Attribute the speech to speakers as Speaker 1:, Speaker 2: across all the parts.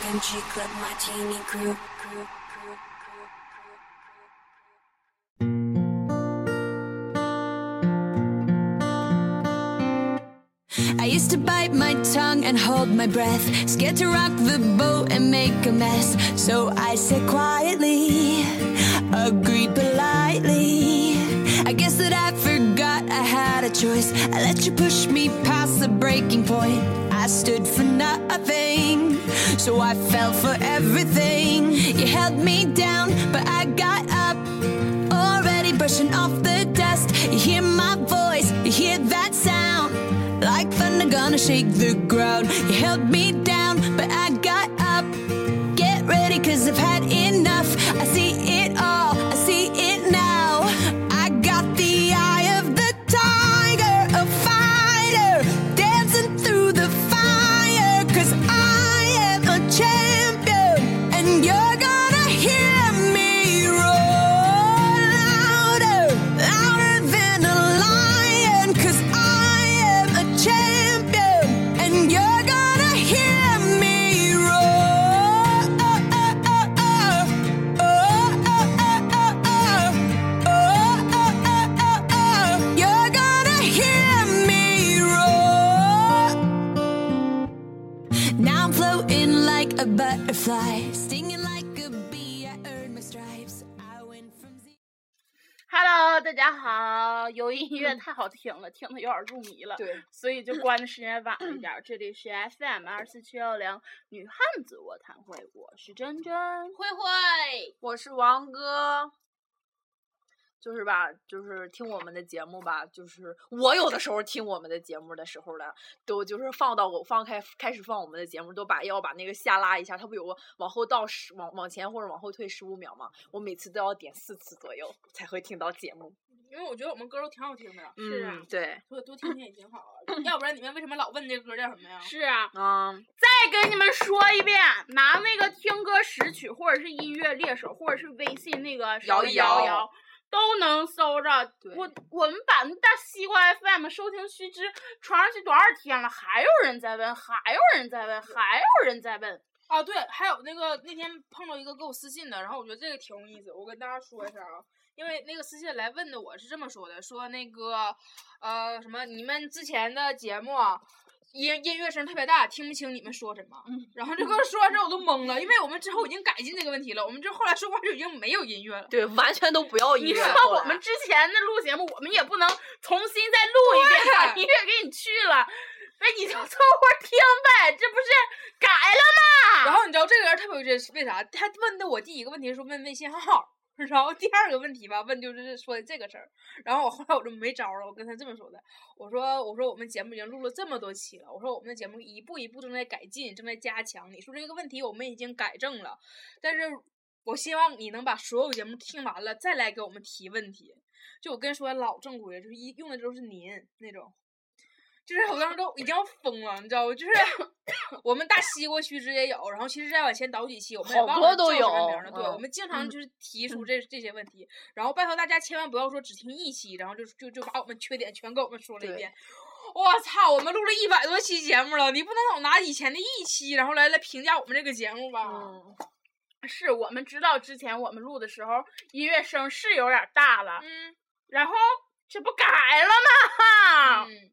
Speaker 1: Country Club Martini Crew.
Speaker 2: I used to bite my tongue and hold my breath, scared to rock the boat and make a mess. So I said quietly, agreed politely. I guess that I forgot I had a choice. I let you push me past the breaking point. I stood for nothing, so I fell for everything. You held me down, but I got up already brushing off the dust. You hear my voice, you hear that sound. Like thunder gonna shake the ground. You held me down, but I got up. Get ready, cause I've had enough. I see it all, I see it now. I got the eye of the tiger, a fighter, dancing through the fire. Cause I am a champion, and you're gonna hear me roar louder, louder than a lion. Cause I am a champion, and you're gonna hear me roar. You're gonna hear me roar. Now I'm floating like a butterfly, stinging like a bee. I earned my stripes. I went from zero.
Speaker 3: Hello，大家好！由于音
Speaker 4: 嗯
Speaker 3: 乐太好听了，听的有点入迷了，
Speaker 5: 对，
Speaker 3: 所以就关的时间晚了一点 儿。这里是 FM 二四七幺零女汉子卧谈会，我是珍珍。
Speaker 5: 慧慧，我是王哥。就是吧，就是听我们的节目吧，就是我有的时候听我们的节目的时候呢，都就是放到我放开开始放我们的节目，都把要把那个下拉一下，它不有个往后倒十往往前或者往后退十五秒吗？我每次都要点四次左右才会听到节目。
Speaker 4: 因为我觉得我们歌都挺好听的，
Speaker 3: 是啊
Speaker 5: 嗯，对，
Speaker 4: 所以多听听也挺好啊。要不然你们为什么老问这歌叫什么呀？
Speaker 3: 是啊，
Speaker 5: 嗯，
Speaker 3: 再给你们说一遍，拿那个听歌识曲，或者是音乐猎手，或者是微信那个什
Speaker 5: 摇
Speaker 3: 么
Speaker 5: 一
Speaker 3: 摇
Speaker 5: 摇
Speaker 3: 都能搜着。
Speaker 5: 对
Speaker 3: 我我们把那大西瓜 FM 收听须知传上去多少天了，还有人在问，还有人在问，还有人在问。
Speaker 4: 啊，对，还有那个那天碰到一个给我私信的，然后我觉得这个挺有意思，我跟大家说一下啊。因为那个私信来问的我是这么说的，说那个呃什么你们之前的节目啊音音乐声特别大，听不清你们说什么。然后这跟我说完之后我都懵了，因为我们之后已经改进这个问题了，我们这后来说话就已经没有音乐了。
Speaker 5: 对，完全都不要音
Speaker 3: 你
Speaker 5: 乐
Speaker 3: 说
Speaker 5: 后来。
Speaker 3: 我们之前的录节目，我们也不能重新再录一遍，把音乐给你去了，那你就凑合听呗，这不是改了吗？
Speaker 4: 然后你知道这个人特别有意思，为啥？他问的我第一个问题是问微信号， 然后第二个问题吧，问就是说的这个事儿。然后我后来我就没招儿了，我跟他这么说的，我说我说我们节目已经录了这么多期了，我说我们的节目一步一步正在改进，正在加强。你说这个问题我们已经改正了，但是我希望你能把所有节目听完了再来给我们提问题。就我跟你说老正规，就是一用的都是您那种。就是我当时都已经要疯了，你知道吗？就是 我们大西瓜须知也有，然后其实再往前倒几期，我们也
Speaker 5: 好
Speaker 4: 忘
Speaker 5: 多
Speaker 4: 了
Speaker 5: 都
Speaker 4: 叫什么
Speaker 5: 有
Speaker 4: 名儿了。对，
Speaker 5: 嗯
Speaker 4: 我们经常
Speaker 5: 嗯
Speaker 4: 就是提出这这些问题，然后拜托大家千万不要说只听一期，然后就就就把我们缺点全给我们说了一
Speaker 5: 对
Speaker 4: 遍。我操，我们录了一百多期节目了，你不能老拿以前的一期，然后来来评价我们这个节目吧？
Speaker 5: 嗯，
Speaker 3: 是我们知道之前我们录的时候音乐声是有点大了，
Speaker 4: 嗯
Speaker 3: 然后这不改了吗？
Speaker 4: 嗯。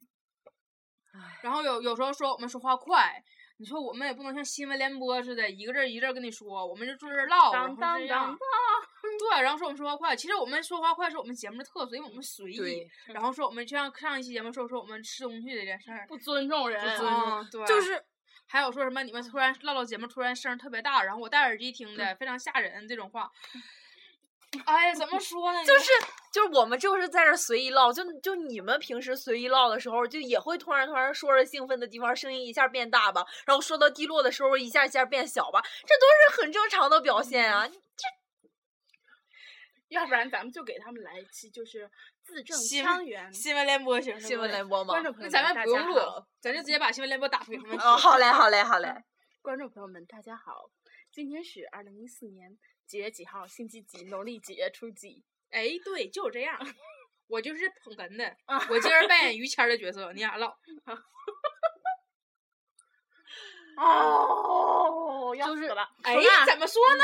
Speaker 4: 然后有有时候说我们说话快，你说我们也不能像新闻联播似的，一个字儿一个字儿跟你说，我们就坐这儿唠，然
Speaker 3: 当
Speaker 4: 后
Speaker 3: 当
Speaker 4: 这
Speaker 3: 当
Speaker 4: 样。对，然后说我们说话快，其实我们说话快是我们节目的特色，因为我们随意
Speaker 5: 对。
Speaker 4: 然后说我们就像上一期节目说说我们吃东西这件事儿，
Speaker 3: 不尊重人，
Speaker 4: 不尊重
Speaker 3: 啊
Speaker 4: 对
Speaker 3: 就是
Speaker 4: 还有说什么你们突然唠唠节目突然声儿特别大，然后我戴耳机听
Speaker 3: 嗯
Speaker 4: 的，非常吓人这种话。哎呀，怎么说呢？
Speaker 5: 就是就是我们就是在这儿随意唠，就就你们平时随意唠的时候，就也会突然突然说着兴奋的地方，声音一下变大吧，然后说到低落的时候，一下一下变小吧，这都是很正常的表现啊。
Speaker 3: 要不然咱们就给他们来一期就是字正
Speaker 4: 新
Speaker 3: 腔圆。
Speaker 4: 新闻联播型，
Speaker 5: 新闻联播嘛
Speaker 3: 观，众朋
Speaker 4: 那
Speaker 3: 友们，
Speaker 4: 咱们不用
Speaker 3: 大
Speaker 4: 录
Speaker 3: 家好，
Speaker 4: 咱就直接把新闻联播打出去。
Speaker 3: 哦
Speaker 5: 嗯，好嘞，好嘞，好嘞。
Speaker 3: 观众朋友们，大家好，今天是二零一四年几月几号？星期几？农历几月初几？
Speaker 4: 哎，对，就是这样。我就是捧哏的
Speaker 3: 啊，
Speaker 4: 我今儿扮演于谦儿的角 色，你俩唠。
Speaker 3: 哦，我要
Speaker 5: 就是
Speaker 3: 死了。
Speaker 4: 哎
Speaker 3: 说啊，
Speaker 4: 怎么说呢？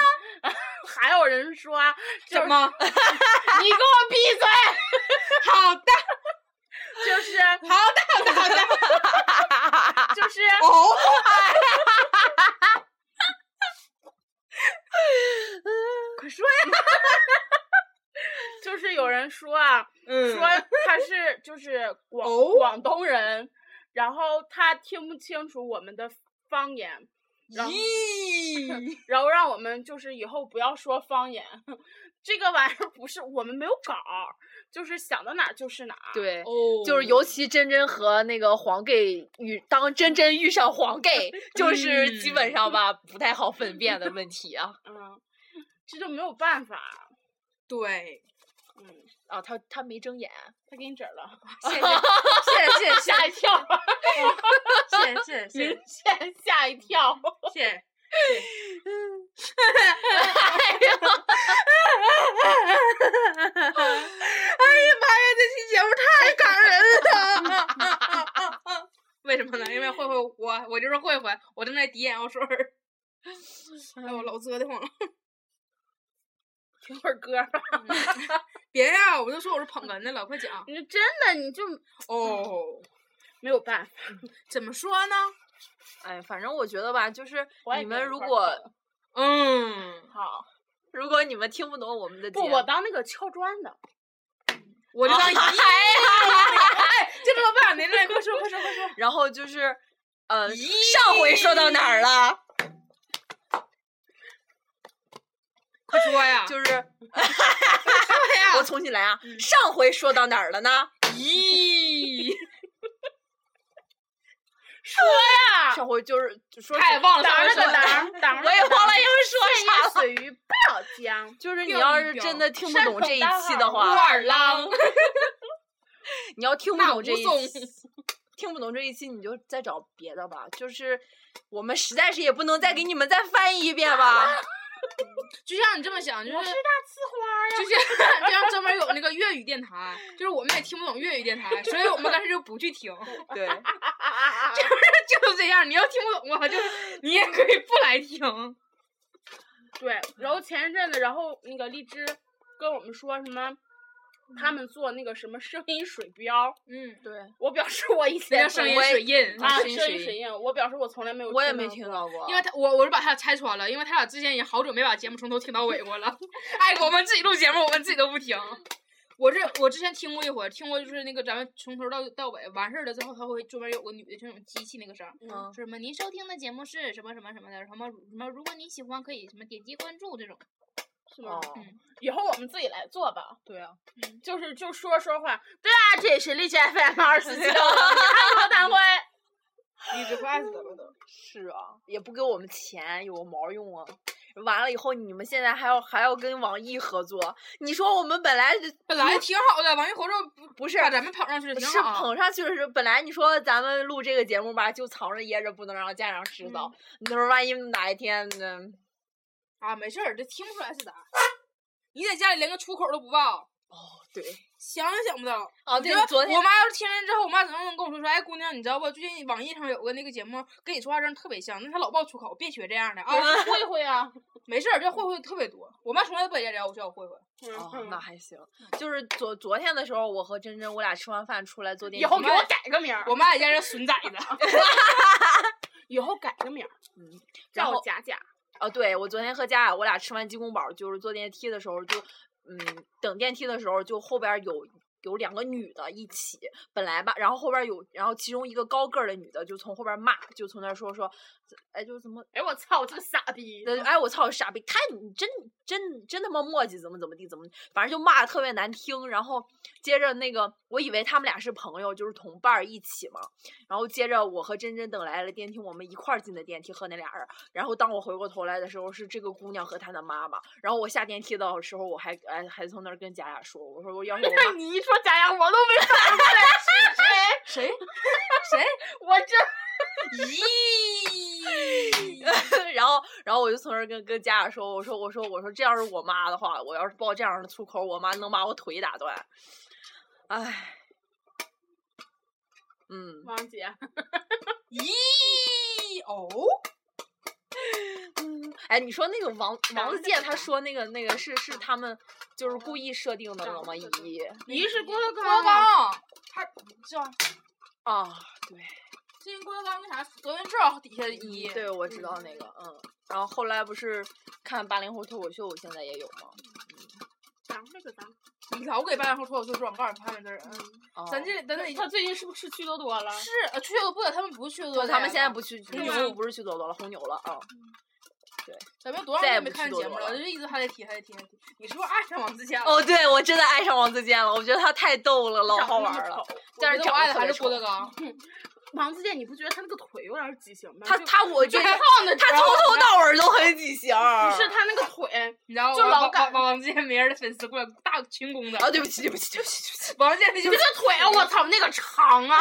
Speaker 3: 还有人说啊，就
Speaker 4: 怎
Speaker 3: 是
Speaker 4: 么？
Speaker 3: 你给我闭嘴！
Speaker 4: 好的，
Speaker 3: 就是
Speaker 4: 好的，好的，好的。
Speaker 3: 就是
Speaker 4: 哦，
Speaker 3: 就是有人说啊，
Speaker 4: 嗯
Speaker 3: 说他是就是广、
Speaker 4: 哦
Speaker 3: 广东人，然后他听不清楚我们的方言，然后
Speaker 4: 咦，
Speaker 3: 然后让我们就是以后不要说方言。 这个玩意儿不是我们没有稿儿，就是想到哪儿就是哪儿。
Speaker 5: 对，
Speaker 4: 哦，
Speaker 5: 就是尤其真真和那个黄 gay 遇，当真真遇上黄 gay，就是基本上吧不太好分辨的问题啊。
Speaker 3: 嗯，这就没有办
Speaker 4: 啊
Speaker 3: 法。
Speaker 4: 对，
Speaker 3: 嗯，
Speaker 5: 啊，他他没睁眼，啊
Speaker 3: 他给你整儿了，
Speaker 4: 谢谢，谢谢，谢
Speaker 3: 吓一跳，
Speaker 4: 谢，谢谢，谢
Speaker 3: 明
Speaker 4: 谢
Speaker 3: 显吓一跳。
Speaker 4: 谢谢。哎 为什么呢？因为慧慧我我就是慧慧，我正在滴眼药水儿。哎呦，老折腾我了。
Speaker 3: 听会儿歌吧。
Speaker 4: 别呀、我就说我是捧哏的了，快讲。
Speaker 3: 你真的你就
Speaker 4: 哦，
Speaker 3: 没有办法。
Speaker 4: 嗯怎么说呢？
Speaker 5: 哎，反正我觉得吧，就是
Speaker 3: 我也
Speaker 5: 你
Speaker 3: 跟着
Speaker 5: 们如
Speaker 3: 一块儿
Speaker 5: 果
Speaker 3: 唱
Speaker 4: 嗯，
Speaker 3: 好，
Speaker 5: 如果你们听不懂我们的节
Speaker 3: 不，
Speaker 5: 目，
Speaker 3: 我当那个敲砖的。
Speaker 4: 我就当一。哎，这不我办法，您来，快说，快说，快说。
Speaker 5: 然后就是，呃，上回说到哪儿了？
Speaker 4: 快说呀！
Speaker 5: 就是
Speaker 4: 呀嗯
Speaker 5: 我重新来啊，上回说到哪儿了呢？
Speaker 4: 咦，
Speaker 5: 上回就是就说
Speaker 4: 太
Speaker 5: 是
Speaker 4: 忘了
Speaker 3: 挡了
Speaker 4: 上回
Speaker 3: 个
Speaker 4: 说的
Speaker 3: 挡儿，挡儿
Speaker 5: 我也
Speaker 3: 了个
Speaker 5: 忘了
Speaker 3: 挡儿
Speaker 5: 要 说啥了。
Speaker 3: 岁月水鱼不老僵。
Speaker 5: 就是你
Speaker 4: 钓
Speaker 5: 要
Speaker 4: 鱼
Speaker 5: 是
Speaker 4: 钓
Speaker 5: 真的听不
Speaker 3: 山
Speaker 5: 懂
Speaker 3: 口
Speaker 5: 这一
Speaker 3: 大
Speaker 5: 期
Speaker 3: 海
Speaker 5: 的
Speaker 3: 哇
Speaker 4: 武
Speaker 5: 话，
Speaker 4: 二郎，
Speaker 5: 你要听不
Speaker 4: 那
Speaker 5: 懂这
Speaker 4: 武
Speaker 5: 一
Speaker 4: 松
Speaker 5: 期， 听不懂这一期你就再找别的吧。就是我们实在是也不能再给你们再翻译一遍 吧。
Speaker 4: 就像你这么想，就是
Speaker 3: 我是大刺花啊呀。
Speaker 4: 就是这样专门有那个粤语电台，就是我们也听不懂粤语电台，所以我们干脆就不去听，
Speaker 5: 对，
Speaker 4: 就是这样。你要听不懂啊，就你也可以不来听。
Speaker 3: 对，然后前一阵子，然后那个荔枝跟我们说什么，他们做那个什么声音水标，
Speaker 4: 嗯，
Speaker 5: 对，
Speaker 3: 我表示我以
Speaker 4: 那
Speaker 3: 前
Speaker 4: 叫声
Speaker 3: 从
Speaker 4: 音
Speaker 3: 未
Speaker 4: 水印，
Speaker 3: 啊，
Speaker 4: 声
Speaker 3: 声
Speaker 4: 音
Speaker 3: 音
Speaker 4: 水
Speaker 3: 水
Speaker 4: 印。
Speaker 3: 印，我表示我从来没有，
Speaker 5: 我也没听。到过
Speaker 4: 因。为他我我是把他拆穿了，因为他俩之间也好久没把节目从头听到尾过了。 哎，我们自己录节目，我们自己都不听。 我这我之前听过一回，听过就是那个咱们从头到到尾完事儿了之后，他会专门有个女的，就那种机器那个声儿，
Speaker 5: 嗯
Speaker 4: 说什么您收听的节目是什么什么什么的，什么什么，如果您喜欢可以什么点击关注这种。
Speaker 3: 是吗
Speaker 5: 哦，
Speaker 4: 嗯
Speaker 3: 以后我们自己来做吧，
Speaker 5: 对啊，
Speaker 3: 就是就说说话。对啊，这里是荔枝 FM 二四七六，你看我大会。
Speaker 4: 你这快死了都！
Speaker 5: 是啊，也不给我们钱，有毛用啊！完了以后，你们现在还要还要跟网易合作，你说我们本来就
Speaker 4: 本来挺好的，王一合作不
Speaker 5: 不是
Speaker 4: 把咱们呃捧上去了，挺
Speaker 5: 是啊
Speaker 4: 好。
Speaker 5: 捧上去的时候，本来你说咱们录这个节目吧，就藏着掖着，不能让家长知道。你说万一哪一天呢？
Speaker 4: 啊，没事儿，这 听不出来是啥。你在家里连个出口都不报，
Speaker 5: 哦，对，
Speaker 4: 想也想不到。
Speaker 5: 啊，
Speaker 4: 我
Speaker 5: 对
Speaker 4: 觉，得
Speaker 5: 昨天
Speaker 4: 我妈要是听见之后，我妈怎么能跟我说说，哎，姑娘，你知道不？最近网易上有个那个节目，跟你说话声特别像，那她老爆粗口，别学这样的啊。
Speaker 5: 嗯
Speaker 3: 慧慧啊，
Speaker 4: 没事儿，这慧慧特别多，我妈从来不在家聊，我叫我慧慧。
Speaker 5: 哦，那还行。就是昨昨天的时候，我和珍珍我俩吃完饭出来坐电
Speaker 3: 以
Speaker 5: 梯，
Speaker 3: 后给我改个名儿，
Speaker 4: 我妈在家叫损崽子，
Speaker 3: 以后改个名儿，
Speaker 5: 嗯，
Speaker 3: 叫
Speaker 5: 然后
Speaker 3: 我贾贾。
Speaker 5: 啊，对我昨天和佳雅我俩吃完鸡公煲，就是坐电梯的时候就，嗯，等电梯的时候就后边儿有。有两个女的一起，本来吧，然后后边儿有，然后其中一个高个儿的女的就从后边儿骂，就从那儿说说，哎，就怎么
Speaker 3: 哎，我操，我这个傻逼！啊
Speaker 5: 那哎，我操，傻逼！看你真真真他妈磨叽，怎么怎么地，怎么，反正就骂的特别难听。然后接着那个，我以为他们俩是朋友，就是同伴儿一起嘛。然后接着我和珍珍等来了电梯，我们一块儿进的电梯和那俩人。然后当我回过头来的时候，是这个姑娘和她的妈妈。然后我下电梯的时候，我还哎还从那儿跟贾雅说，我说我要是我
Speaker 3: 那
Speaker 5: 妈
Speaker 3: 你一说贾雅，我都没反应过来是谁，
Speaker 5: 谁，
Speaker 3: 我这
Speaker 4: 咦，
Speaker 5: 然后然后我就从那儿跟跟贾雅说，我说我说我说这要是我妈的话，我要是爆这样的粗口，我妈能把我腿打断。唉，嗯，
Speaker 3: 王姐，
Speaker 4: E 咦，哦，
Speaker 5: 哎，你说那个王王
Speaker 4: 长
Speaker 5: 自
Speaker 4: 这
Speaker 5: 健
Speaker 4: 么
Speaker 5: 他
Speaker 4: 长
Speaker 5: 说那个那个是是他们就是故意设定的了吗？一
Speaker 3: 一是郭德
Speaker 4: 郭
Speaker 3: 纲
Speaker 4: 德
Speaker 3: 啊，
Speaker 4: 纲，他叫
Speaker 5: 啊，对，
Speaker 4: 最近郭德纲那啥德云社底下一，
Speaker 5: 嗯对，我知道那个，嗯。然后后来不是看八零后脱口秀，现在也有吗？
Speaker 6: 长这个长，
Speaker 4: 你老给八零后脱口秀做广告，你看没这人。
Speaker 5: 哦
Speaker 4: 咱这咱得
Speaker 3: 他最近是不是吃多多了？
Speaker 4: 是呃去多不，他们不去多多，
Speaker 5: 他们现在不去
Speaker 4: 对
Speaker 5: 红
Speaker 4: 呀
Speaker 5: 牛，不是去走走了，红牛了啊。
Speaker 4: 咱们多少
Speaker 5: 再也
Speaker 4: 年没
Speaker 5: 不
Speaker 4: 看
Speaker 5: 去
Speaker 4: 节
Speaker 5: 多
Speaker 4: 目
Speaker 5: 多
Speaker 4: 了，
Speaker 5: 了
Speaker 4: 就一直还得提，还得提，还得提。你是不是爱上王自健了？
Speaker 5: 哦，对，我真的爱上王自健了，我觉得他太逗了，老好玩儿了。但是
Speaker 4: 我
Speaker 5: 长
Speaker 4: 爱
Speaker 5: 得
Speaker 4: 的
Speaker 5: 特
Speaker 4: 还
Speaker 5: 别
Speaker 4: 是郭
Speaker 5: 丑
Speaker 4: 德纲。
Speaker 3: 王自健，你不觉得他那个腿有点儿畸形吗？
Speaker 5: 他
Speaker 3: 就
Speaker 5: 他我觉
Speaker 3: 就
Speaker 5: 得
Speaker 3: 胖的，
Speaker 5: 他从头到尾都很畸形。
Speaker 3: 不
Speaker 5: 不
Speaker 3: 是他那个 腿，
Speaker 4: 你知道
Speaker 3: 就
Speaker 4: 王
Speaker 3: 老
Speaker 4: 王
Speaker 3: 感
Speaker 4: 王王自健没人的粉丝过来大群攻的，
Speaker 5: 啊，对不起，对不起，对不起，对不起。
Speaker 4: 王自健那就
Speaker 3: 那
Speaker 4: 是
Speaker 3: 个腿，啊我操，那个长啊！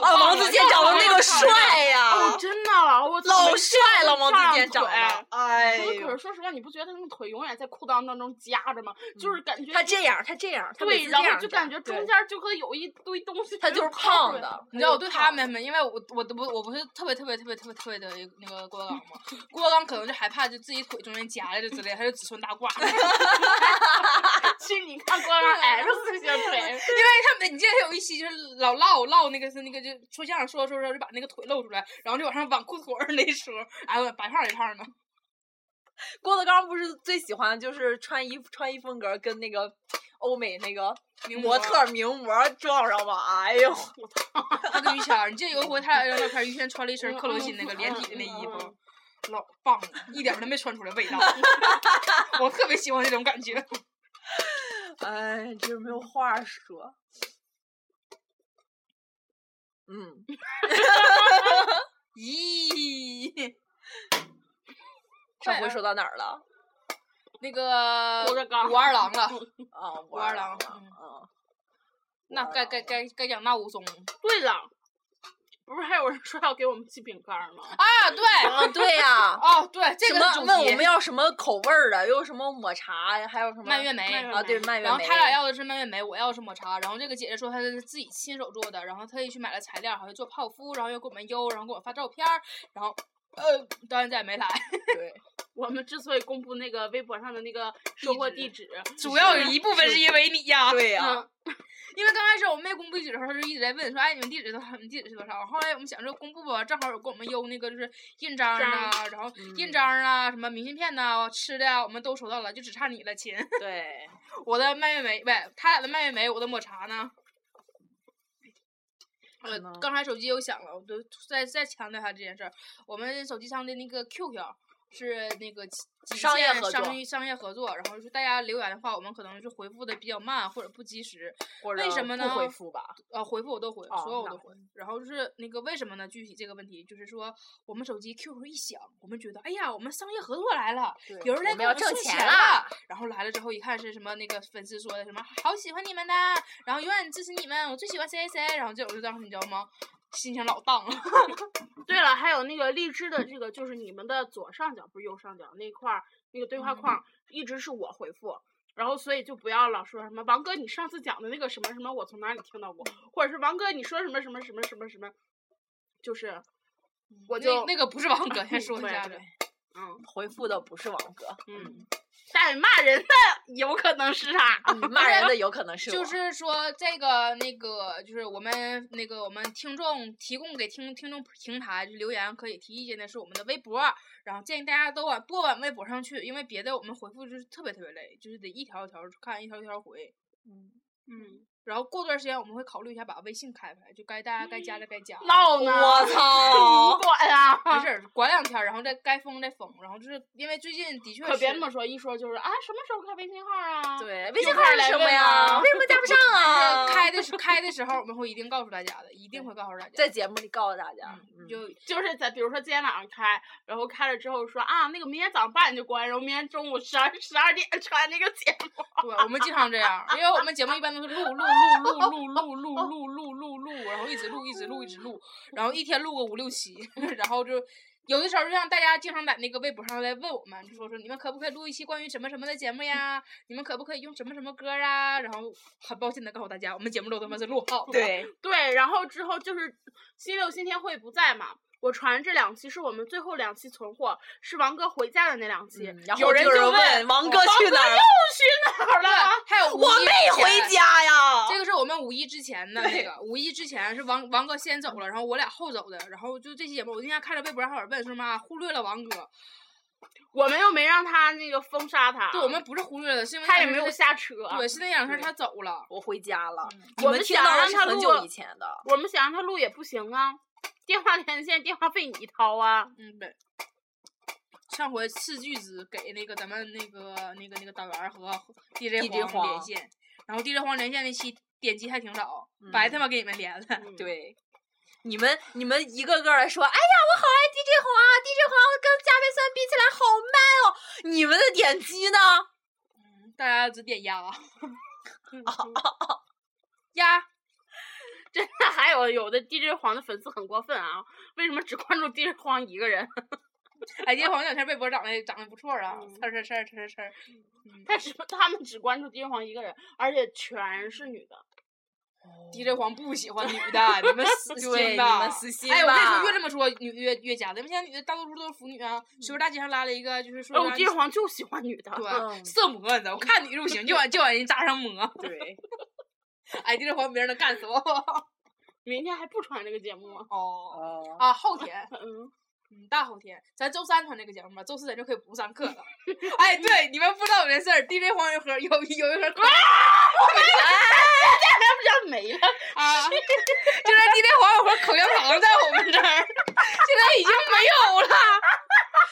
Speaker 5: 啊，
Speaker 4: 胖
Speaker 5: 王
Speaker 4: 了
Speaker 5: 自健长得那个，帅呀、
Speaker 3: 哦，真的了，我操
Speaker 5: 老
Speaker 3: 没见
Speaker 5: 帅了，
Speaker 3: 过
Speaker 5: 王
Speaker 3: 这样
Speaker 5: 自健长
Speaker 3: 腿
Speaker 5: 得，哎
Speaker 3: 不是，可
Speaker 5: 呦
Speaker 3: 是，说实话，你不觉得他那个腿永远在裤裆当中夹着吗？就是感觉
Speaker 5: 他这样，他这样，他每
Speaker 3: 对，
Speaker 5: 次
Speaker 3: 然
Speaker 5: 这
Speaker 3: 后
Speaker 5: 样
Speaker 3: 就
Speaker 5: 站
Speaker 3: 感觉中间就和有一堆东西，
Speaker 5: 他就是
Speaker 3: 靠
Speaker 5: 胖
Speaker 3: 着
Speaker 5: 的，
Speaker 4: 你知道我对他们没，因为我我我我不是特别特别特别特别特别的那个郭德纲嘛，郭德纲可能就害怕就自己腿中间夹着之类，他就只穿大褂。
Speaker 3: 去你看光让 X 型腿，
Speaker 4: 因为他们，你记得有一期就是老唠唠那个是那个就说相声说着说着就把那个腿露出来，然后就往上往裤腿儿勒说，哎呦白胖儿一胖儿的，
Speaker 5: 郭德纲不是最喜欢就是穿衣服穿衣风格跟那个欧美那个
Speaker 4: 名
Speaker 5: 模特儿名模儿撞上吗？哎呦，
Speaker 4: 他跟于谦儿，你记得有一回他俩照片儿，于谦穿了一身克罗心那个连体的那衣
Speaker 3: 嗯嗯
Speaker 4: 服，老棒了，一点儿都没穿出来味道， 我特别喜欢这种感觉。
Speaker 5: 哎，真是没有话说。嗯，
Speaker 4: 咦，
Speaker 5: 上
Speaker 4: 快
Speaker 5: 回说到哪儿了？
Speaker 4: 那个
Speaker 3: 郭德纲
Speaker 4: 武二郎了，
Speaker 5: 啊，
Speaker 4: 武二郎
Speaker 5: 郎
Speaker 4: 嗯
Speaker 5: 啊，
Speaker 4: 那该该该该讲那武松
Speaker 3: 对了。不是还有人说要给我们寄饼干儿吗？
Speaker 4: 啊，对，
Speaker 5: 啊，对呀、
Speaker 4: 哦对，这
Speaker 5: 什
Speaker 4: 个
Speaker 5: 么
Speaker 4: 是主
Speaker 5: 问我
Speaker 4: 题
Speaker 5: 们要什么口味儿的，又什么抹茶呀，还有什么
Speaker 4: 蔓越莓
Speaker 3: 蔓越莓
Speaker 5: 啊？对，蔓越莓。
Speaker 4: 然后他俩要的是蔓越莓，我要的是抹茶。然后这个姐姐说她是自己亲手做的，然后特意去买了材料，好像做泡芙，然后又给我们邮，然后给我发照片儿，然后呃，导演再也没来，
Speaker 5: 对，
Speaker 3: 我们之所以公布那个微博上的那个收货地址，
Speaker 4: 主要有一部分是因为你 呀、
Speaker 5: 对呀
Speaker 4: 嗯因为刚开始我们没公布地址的时候，她就一直在问说，哎，你们地址多少？你们地址是多少？后来我们想说公布吧，正好有给我们邮那个就是印章儿啊，然后印
Speaker 5: 嗯
Speaker 4: 章儿啊，什么明信片呐、吃的啊，我们都收到了，就只差你了，亲。
Speaker 5: 对，
Speaker 4: 我的蔓越莓，不，他俩的蔓越莓，我的抹茶呢？
Speaker 5: 是
Speaker 4: 呃
Speaker 5: 吗，
Speaker 4: 刚才手机又响了，我就再再强调一下这件事儿。我们手机上的那个 QQ 是那个旗旗
Speaker 5: 商业
Speaker 4: 舰
Speaker 5: 合作
Speaker 4: 商业商业合作，然后就是大家留言的话，我们可能是回复的比较慢或者不及时，
Speaker 5: 或者
Speaker 4: 为什么
Speaker 5: 不回
Speaker 4: 呢
Speaker 5: 复吧？
Speaker 4: 呃，回复我都回，
Speaker 5: 哦
Speaker 4: 所有我
Speaker 5: 那
Speaker 4: 都回。然后就是那个为什么呢？具体这个问题就是说，我们手机 QQ 一响，我们觉得哎呀，我们商业合作来了，
Speaker 5: 对
Speaker 4: 有人来
Speaker 5: 我
Speaker 4: 给
Speaker 5: 们要
Speaker 4: 们
Speaker 5: 挣
Speaker 4: 送
Speaker 5: 钱
Speaker 4: 钱
Speaker 5: 啦
Speaker 4: 了。然后来了之后一看是什么那个粉丝说的什么好喜欢你们呐，然后永远支持你们，我最喜欢谁谁谁。然后这种就当时你知道吗？心情老荡了。
Speaker 3: 对了，还有那个荔枝的这个，就是你们的左上角不是右上角那块儿那个对
Speaker 5: 嗯
Speaker 3: 话框，一直是我回复。然后，所以就不要老说什么王哥，你上次讲的那个什么什么，我从哪里听到过，
Speaker 5: 嗯
Speaker 3: 或者是王哥你说什么什么什么什么什么，就是
Speaker 5: 嗯
Speaker 3: 我就
Speaker 4: 那那个不是王 哥，先说一
Speaker 3: 对
Speaker 4: 下
Speaker 3: 对
Speaker 4: 子。
Speaker 3: 嗯
Speaker 5: 回复的不是王哥，
Speaker 3: 嗯，但是骂人的有可能是他，
Speaker 5: 嗯 骂人的有可能是
Speaker 4: 就
Speaker 5: 我
Speaker 4: 是说，这个那个，就是我们那个我们听众提供给听听众平台就留言可以提意见的是我们的微博，然后建议大家都往多往微博上去，因为别的我们回复就是特别特别累，就是得一条一条看，一条一条回。
Speaker 3: 嗯，
Speaker 4: 然后过段时间我们会考虑一下把微信开开，就该大家该加的该加。
Speaker 3: 闹呢，
Speaker 5: 我
Speaker 3: 你
Speaker 5: 操！
Speaker 3: 管啊，
Speaker 4: 没事儿，管两天，然后再该封再封，然后就是因为最近的确
Speaker 3: 可别
Speaker 4: 是
Speaker 3: 那么说，一说就是啊，什么时候开微信号啊？，
Speaker 5: 对，微信
Speaker 3: 有
Speaker 5: 号
Speaker 3: 话
Speaker 5: 是
Speaker 3: 来
Speaker 5: 什么
Speaker 3: 问
Speaker 5: 呀？
Speaker 3: 啊
Speaker 5: 为什么加不上啊？
Speaker 4: 就是开的时开的时候，我们会一定告诉大家的，一定会告诉大家。
Speaker 5: 在节目里告诉大家，
Speaker 3: 啊
Speaker 4: 嗯，
Speaker 5: 嗯
Speaker 4: 就
Speaker 3: 就是在比如说今天晚上开，然后开了之后说啊，那个明天早上八点就关，然后明天中午十二 十二点传那个 节目。
Speaker 4: 对，我们经常这样，因为我们节目一般都是录录录录录录录录录录录，然后一直录一直录一直录，然后一天录个五六期， 然后就有的时候就像大家经常在那个微博上来问我们，就说说你们可不可以录一期关于什么什么的节目呀？你们可不可以用什么什么歌啊？然后很抱歉的告诉大家，我们节目都他妈是录好
Speaker 5: 嗯
Speaker 4: 的。
Speaker 5: 对
Speaker 3: 对，然后之后就是星期六、星期天会不在嘛，我传这两期是我们最后两期存货，是王哥回家的那两期。
Speaker 5: 嗯然后
Speaker 3: 有人
Speaker 5: 就有人
Speaker 3: 问
Speaker 5: 问王哥去
Speaker 3: 王哥又
Speaker 5: 哪儿
Speaker 3: 去哪儿了？
Speaker 4: 还有 五
Speaker 5: 我
Speaker 4: 一
Speaker 5: 没
Speaker 4: 之前
Speaker 5: 回家呀。
Speaker 4: 这个是我们五一之前的那个，五一之前是王王哥先走了，然后我俩后走的，然后就这期节目，我今天看着微博上有人问说嘛，忽略了王哥，
Speaker 3: 我们又没让他那个封杀他，
Speaker 4: 对我们不是忽略了，是因为
Speaker 3: 啊他
Speaker 4: 那
Speaker 3: 也
Speaker 4: 件
Speaker 3: 没
Speaker 4: 事
Speaker 3: 有啊
Speaker 4: 儿
Speaker 3: 下车。
Speaker 4: 对，是那两事儿
Speaker 5: 对
Speaker 4: 他走了，
Speaker 5: 我回家了，你
Speaker 3: 我
Speaker 5: 们
Speaker 3: 们
Speaker 5: 听
Speaker 3: 想
Speaker 5: 到的
Speaker 3: 让
Speaker 5: 是
Speaker 3: 他
Speaker 5: 很
Speaker 3: 录
Speaker 5: 久以前的。
Speaker 3: 我们想让他录也不行啊，电话连线电话费你掏啊。
Speaker 4: 嗯对。上回斥巨资给那个咱们那个那个那个导员儿和 DJ
Speaker 5: DJ
Speaker 4: 黄连
Speaker 5: 黄
Speaker 4: 线，然后 DJ 黄连线那期点击还挺少，白他妈给你们连了。
Speaker 3: 嗯
Speaker 5: 对，你们你们一个个的说，哎呀，我好爱 DJ 黄啊，DJ 黄跟加倍酸比起来好 man 哦。你们的点击呢？
Speaker 3: 嗯
Speaker 4: 大家只 点鸭，
Speaker 3: 啊
Speaker 4: 鸭
Speaker 3: 真的，还有有的 DJ 黄的粉丝很过分啊，为什么只关注 DJ 黄一个人？
Speaker 4: 哎，今天黄小天微博长得长得不错啊，
Speaker 3: 嗯
Speaker 4: 呲儿呲儿呲儿呲儿呲儿，
Speaker 3: 但是 他们只关注 DJ 黄一个人，而且全是女的。
Speaker 4: DJ 黄不喜欢女的，你们死 心
Speaker 5: 对
Speaker 4: 吧！
Speaker 5: 你们死心
Speaker 4: 哎，我跟你
Speaker 5: 吧
Speaker 4: 说，越这么说，女越越假的。因为现在女的大多数都是腐女啊。学生大街上拉了一个，啊就是说
Speaker 3: 哦
Speaker 4: 啥
Speaker 3: ，DJ 黄就喜欢女的。
Speaker 4: 对
Speaker 5: 嗯
Speaker 4: 色魔，你知道？我看女就不行，就往就往人扎上魔。
Speaker 5: 对，
Speaker 4: 哎，DJ 黄别人能干死我。
Speaker 3: 明天还不传这个节目吗？
Speaker 4: 哦
Speaker 5: 哦，
Speaker 4: 啊，后天，
Speaker 3: 嗯，
Speaker 4: 嗯，大后天，咱周三传这个节目吧，周四咱就可以不上课了。哎，对，你们不知道有件事儿，DJ 黄有一盒有有一盒可乐
Speaker 3: 他不叫没了。
Speaker 4: 啊，就是今天黄有和口香糖在我们这儿， 现在已经没有了。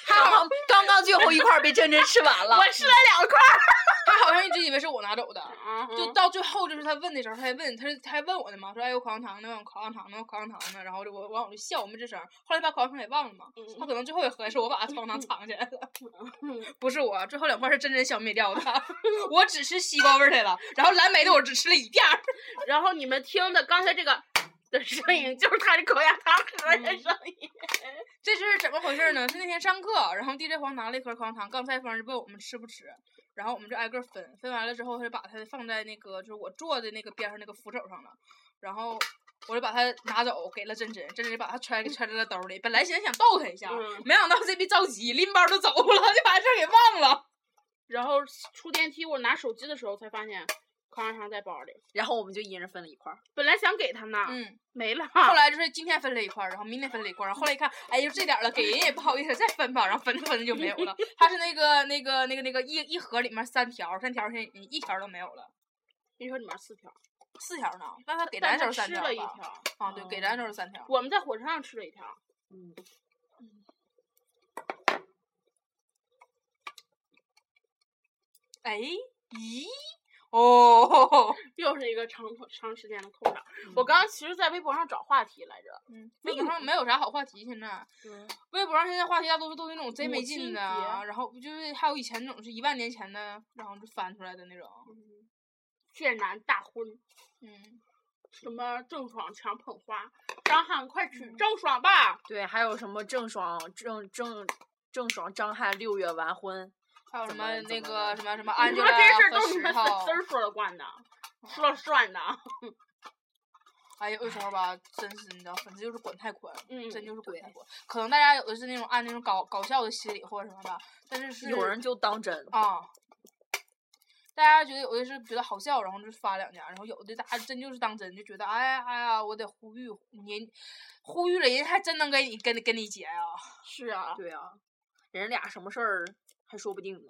Speaker 5: 刚刚刚刚最后一块儿被珍珍吃完了
Speaker 3: 我，吃了两块。
Speaker 4: 他好像一直以为是我拿走的，就
Speaker 3: 就
Speaker 4: 到最后就是他问的时候，他还问，他他还问我呢嘛，说哎有口香糖呢，有口香糖呢，有口香糖呢，然后就我完我就笑我没吱声，后来把口香糖给忘了嘛，他可能最后一合是我把口香糖藏起来了，不是我，最后两块是真真消灭掉的，我只吃西瓜味儿的了，然后蓝莓的我只吃了一片儿，
Speaker 3: 然后你们听的刚才这个的声音，就是他的口香糖
Speaker 4: 嗯
Speaker 3: 盒的声音。
Speaker 4: 这是怎么回事呢？是那天上课，然后 DJ 黄拿了一盒口香糖，刚才方就问我们吃不吃，然后我们就挨个分，分完了之后，他就把它放在那个就是我坐的那个边上那个扶手上了，然后我就把它拿走给了珍珍，珍珍就把它揣揣在了兜里。本来寻思想逗他一下，
Speaker 3: 嗯
Speaker 4: 没想到这逼着急，拎包就走了， 就把这事儿给忘了。
Speaker 3: 然后出电梯，我拿手机的时候才发现口香糖在包里。
Speaker 5: 然后我们就一人分了一块儿。
Speaker 3: 本来想给他呢，
Speaker 4: 嗯，
Speaker 3: 没了。
Speaker 4: 后来就是今天分了一块儿，然后明天分了一块儿，然后后来一看，哎呦这点儿了，给人也不好意思再分吧，然后分着分着就没有了。它是那个那个那个那个一一盒里面三条，三条现在一条都没有了，
Speaker 3: 你说里面四条，
Speaker 4: 四条呢？那他给咱
Speaker 3: 但
Speaker 4: 时
Speaker 3: 他
Speaker 4: 候三
Speaker 3: 吃
Speaker 4: 条
Speaker 3: 了一
Speaker 4: 吧？
Speaker 3: 条。
Speaker 4: 啊，对，给咱时候三条。
Speaker 3: 我们在火车上吃了一条，
Speaker 5: 嗯，
Speaker 4: 哎，
Speaker 3: 嗯
Speaker 4: 咦，哦，
Speaker 3: 又是一个长长时间的空档。
Speaker 4: 嗯
Speaker 3: 我刚刚其实，在微博上找话题来着，
Speaker 4: 微博上没有啥好话题，现在微博上现在话题大多数都是那种贼没
Speaker 3: 母
Speaker 4: 劲
Speaker 3: 亲
Speaker 4: 的啊，然后就是还有以前那种是一万年前的，然后就翻出来的那种，
Speaker 3: 剑南大婚，
Speaker 4: 嗯，
Speaker 3: 什么郑爽强捧花，张翰快娶郑爽吧！
Speaker 5: 对，还有什么郑爽、郑郑郑爽、张翰六月完婚，
Speaker 4: 还有什
Speaker 5: 怎
Speaker 4: 么
Speaker 5: 么
Speaker 4: 那
Speaker 5: 怎么
Speaker 4: 个
Speaker 5: 了
Speaker 4: 什么什么
Speaker 3: 你
Speaker 4: 安吉
Speaker 3: 说这事儿
Speaker 4: 拉
Speaker 3: 都
Speaker 4: 和
Speaker 3: 是你
Speaker 4: 石
Speaker 3: 们粉
Speaker 4: 头
Speaker 3: 丝，儿说了惯的，说了算的。
Speaker 4: 哎呀，有时候吧，真是你知道，粉丝就是管太宽，
Speaker 3: 嗯
Speaker 4: 真就是管太宽。可能大家有的是那种按那种搞搞笑的心理或者什么吧，但是是
Speaker 5: 有人就当真。
Speaker 4: 啊，大家觉得有的是觉得好笑，然后就发两家，然后有的大家真就是当真，就觉得哎呀哎呀，我得呼吁人，呼吁了人还真能跟你跟你跟你结啊。
Speaker 3: 是啊，
Speaker 5: 对啊，人俩什么事儿还说不定呢。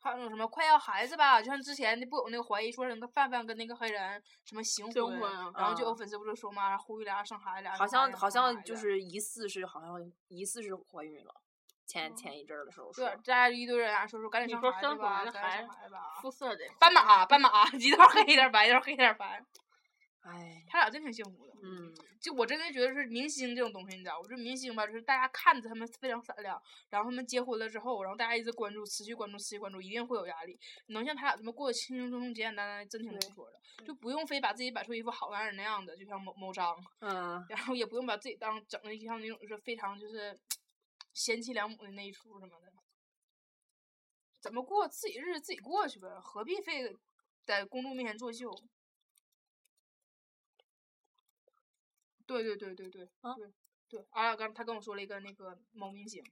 Speaker 4: 还有那种什么快要孩子吧，就像之前不有那个怀疑说那个范范跟那个黑人什么行
Speaker 3: 征
Speaker 4: 婚，
Speaker 3: 婚啊
Speaker 4: 然后就有
Speaker 5: 啊
Speaker 4: 粉丝不就说嘛，呼吁俩生孩子，俩
Speaker 5: 好
Speaker 4: 生孩
Speaker 5: 像
Speaker 4: 子
Speaker 5: 好
Speaker 4: 俩生
Speaker 5: 像
Speaker 4: 孩
Speaker 5: 就
Speaker 4: 子
Speaker 5: 是疑似是好像疑似是怀孕了，前前一阵儿的时候
Speaker 4: 对
Speaker 5: 说，，
Speaker 4: 大家一堆人啊，说说赶紧
Speaker 3: 你
Speaker 4: 生
Speaker 3: 说
Speaker 4: 孩子
Speaker 3: 生
Speaker 4: 吧，
Speaker 3: 完了
Speaker 4: 赶紧
Speaker 3: 孩
Speaker 4: 生
Speaker 3: 子
Speaker 4: 孩子吧。
Speaker 3: 肤色得
Speaker 4: 斑马，斑马， 一道黑一道白，一道黑一道白，
Speaker 5: 哎，
Speaker 4: 他俩真挺幸福的。
Speaker 5: 嗯，
Speaker 4: 就我真的觉得是明星这种东西，你知道，我觉得明星吧，就是大家看着他们非常闪亮，然后他们结婚了之后，然后大家一直关注，持续关注，持续关注，一定会有压力。能像他俩这么过得轻轻松松、简简单单的，真挺不错的，就不用非把自己摆出一副好男人那样子，就像某某张，
Speaker 5: 嗯，
Speaker 4: 然后也不用把自己当整的像那种就是非常就是贤妻良母的那一出什么的。怎么过自己日子自己过去呗，何必非在公众面前作秀？对对对对对，
Speaker 5: 啊
Speaker 4: 对对，阿雅刚他跟我说了一个那个某明星，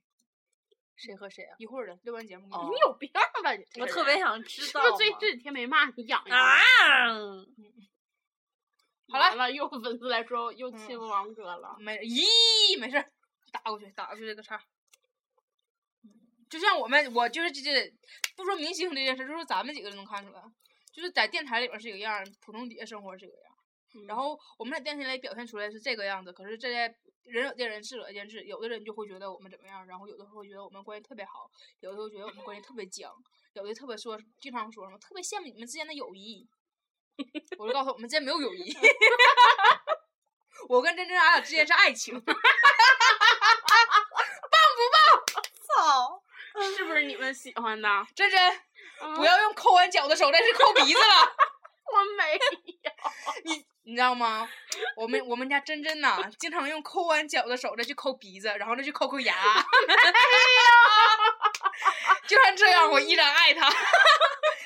Speaker 5: 谁和谁啊？
Speaker 4: 一会儿的录完节目给你
Speaker 5: 哦
Speaker 4: 说。
Speaker 3: 你有病吧你这
Speaker 5: 我
Speaker 3: 人
Speaker 5: 特别想知
Speaker 3: 是
Speaker 5: 道
Speaker 3: 不是最
Speaker 5: 嘛
Speaker 3: 这几天没骂你痒痒？
Speaker 5: 啊！
Speaker 4: 好了
Speaker 3: 完了，又粉丝来说又欺
Speaker 4: 嗯
Speaker 3: 负王哥了。
Speaker 4: 没咦，没事儿，打过去，打过去这个叉儿。就像我们，我就是这这，不说明星这件事，就说咱们几个就能看出来，就是在电台里边儿是一个样儿，普通底下生活是一个样儿。然后我们在电台里表现出来是这个样子，可是这在人有见人，事有见事，有的人就会觉得我们怎么样，然后有的会觉得我们关系特别好，有的会觉得我们关系特别僵，有的特别说，经常说什么特别羡慕你们之间的友谊。 我就告诉他我们之间没有友谊， 我跟真真俺俩之间是爱情。
Speaker 5: 操！
Speaker 3: 是不是你 们喜欢的？
Speaker 4: 真真，不
Speaker 3: 不，
Speaker 4: 要用抠完脚的手，但是抠鼻子了，
Speaker 3: 我没
Speaker 4: 你知道吗？我们我们家真真呐、经常用抠完脚的手再去抠鼻子，然后再去抠抠牙。 就算这样，我依然爱他。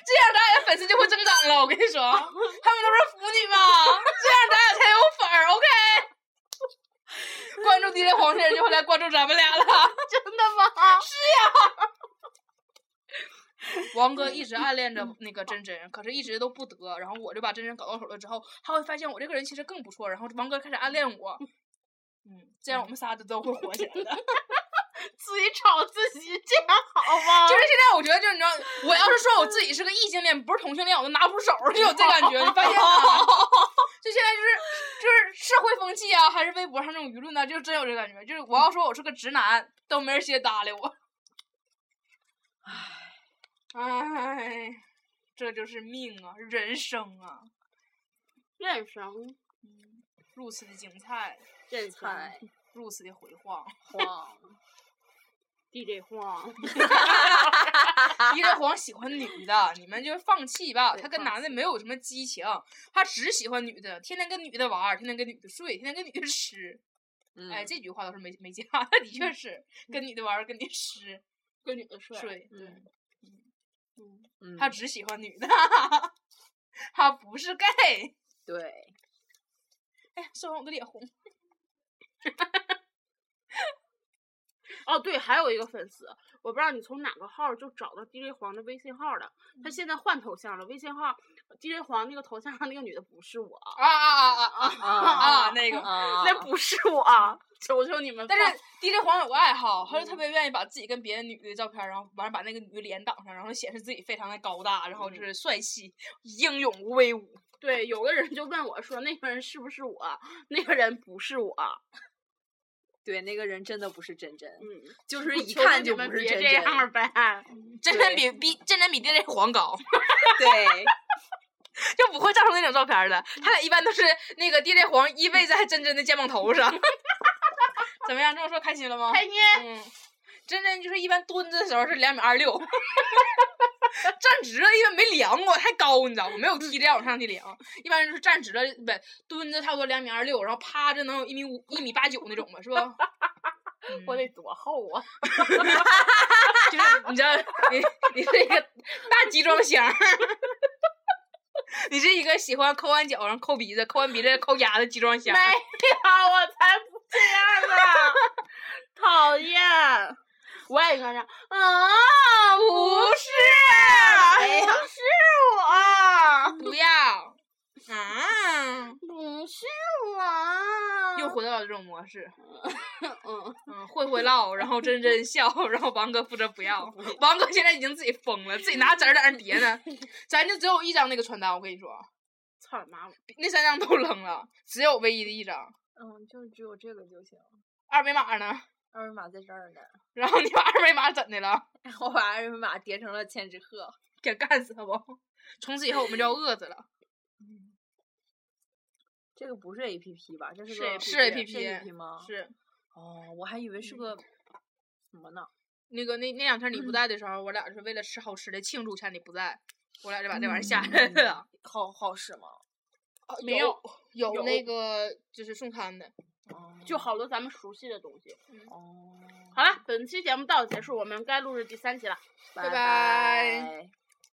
Speaker 4: 这样咱俩的粉丝就会增长了，我跟你说，他们都是腐女嘛，这样咱俩才有粉儿，OK？关注 DJ 黄先生就会来关注咱们俩了。
Speaker 3: 真的吗？
Speaker 4: 王哥一直暗恋着那个真真，可是一直都不得。然后我就把真真搞到手了之后，他会发现我这个人其实更不错。然后王哥开始暗恋我，嗯，这样我们仨都都会火起来的。
Speaker 3: 自己吵自己，这样好吗？
Speaker 4: 就是现在，我觉得就是你知道，我要是说我自己是个异性恋，不是同性恋，我都拿不出手，就有这感觉，你发现吗？就现在就是就是社会风气啊，还是微博上这种舆论呢、就真有这感觉。就是我要说我是个直男，都没人先搭理我。唉，唉，这就是命啊，人生啊，
Speaker 3: 认生，
Speaker 4: 如此的精彩，
Speaker 3: 认生
Speaker 5: 嗨，
Speaker 4: 如此的辉煌。
Speaker 5: 晃，
Speaker 3: ，DJ 晃，
Speaker 4: 一个黄喜欢女的，你们就放弃吧。
Speaker 5: 对
Speaker 4: 他跟
Speaker 5: 放
Speaker 4: 男的没有什么激情，他只喜欢女的，天天跟女的玩儿，天天跟女的睡，天天跟女的吃。哎，
Speaker 5: 嗯
Speaker 4: 这句话倒是没没假，的确是跟女的玩儿，跟女的吃
Speaker 3: 跟女的睡，
Speaker 4: 睡。
Speaker 5: 嗯嗯，
Speaker 4: 他只喜欢女的， 他不是 gay。
Speaker 5: 对，
Speaker 4: 哎呀，说完我的脸红。
Speaker 3: 哦，对，还有一个粉丝，我不知道你从哪个号儿就找到 DJ 黄的微信号儿了，
Speaker 5: 嗯
Speaker 3: 他现在换头像了，微信号 DJ 黄那个头像上那个女的不是我，
Speaker 4: 啊啊啊 啊啊！
Speaker 5: 啊
Speaker 4: 啊那个
Speaker 5: 啊
Speaker 3: 那不是我， 求求你们放！
Speaker 4: 但是 DJ 黄有个爱好，他就
Speaker 5: 嗯
Speaker 4: 特别愿意把自己跟别的女的照片儿，然后完了把那个女的脸挡上，然后显示自己非常的高大，然后
Speaker 5: 嗯
Speaker 4: 就是帅气、英勇、威武。
Speaker 3: 对，有个人就问我说，那个人是不是我？那个人不是我，
Speaker 5: 对，那个人真的不是真真，
Speaker 3: 嗯，
Speaker 5: 就是一
Speaker 3: 求求
Speaker 5: 看
Speaker 3: 你
Speaker 5: 就不
Speaker 3: 们
Speaker 5: 是
Speaker 3: 别
Speaker 5: 真
Speaker 3: 这
Speaker 5: 真。
Speaker 3: 样儿呗。 哎
Speaker 4: 真真比比真真比爹爹黄高，
Speaker 5: 对，
Speaker 4: 就不会照出那种照片儿的。他俩一般都是那个爹爹黄依偎在真真的肩膀头上。 怎么样？这么说开心了吗？
Speaker 3: 开心。
Speaker 4: 嗯，真真就是一般蹲着的时候是两米二六，站直了一般没量过，太高你知道吗？没有梯子往上去量，一般就是站直了，不蹲着差不多两米二六，然后趴着能有一米五、一米八九那种吧，是吧？嗯
Speaker 3: 我得多厚啊！
Speaker 4: 就是你知道，你你是一个大集装箱儿，你是一个喜欢抠完脚，然后抠鼻子，抠完鼻子再抠牙的集装箱
Speaker 3: 没有，
Speaker 4: 儿。
Speaker 3: 哎我才不这样呢！讨厌， 我也跟上啊！不哎
Speaker 4: 是
Speaker 3: 不是我，
Speaker 4: 不要啊！
Speaker 3: 不是我，
Speaker 4: 又回到了这种模式，
Speaker 3: 啊 嗯，
Speaker 4: 嗯，会会唠，然后真真笑，然后王哥负责不 要。王哥现在已经自己疯了，自己拿纸儿在那儿叠呢。咱就只有一张那个传单，我跟你说，
Speaker 3: 操你妈！
Speaker 4: 那三张都扔了，只有唯一的一张
Speaker 5: 嗯，就只有这个就行。
Speaker 4: 二维码呢。
Speaker 5: 二维码在这儿呢，
Speaker 4: 然后你把二维码怎的了？
Speaker 5: 我把二维码叠成了千纸鹤。
Speaker 4: 给干死他不？从此以后我们就要饿着了。
Speaker 5: 这个不是 A P P 吧？这是
Speaker 3: 是
Speaker 5: 个
Speaker 3: APP
Speaker 4: 是
Speaker 5: A
Speaker 4: APP
Speaker 5: A P P 吗？
Speaker 4: 是
Speaker 5: 哦，我还以为是个什么呢？
Speaker 4: 那个那那两天你不在的时候，我俩是为了吃好吃的庆祝一下你不在，我俩就把这玩意儿下来了。
Speaker 5: 嗯好好使吗？
Speaker 3: 没有
Speaker 4: 啊有
Speaker 3: 有
Speaker 4: 那个就是送餐的，
Speaker 5: 哦
Speaker 3: 就好多咱们熟悉的东西。
Speaker 5: 哦，
Speaker 3: 好了，本期节目到此结束，我们该录制第三期了。
Speaker 4: 拜
Speaker 5: 拜。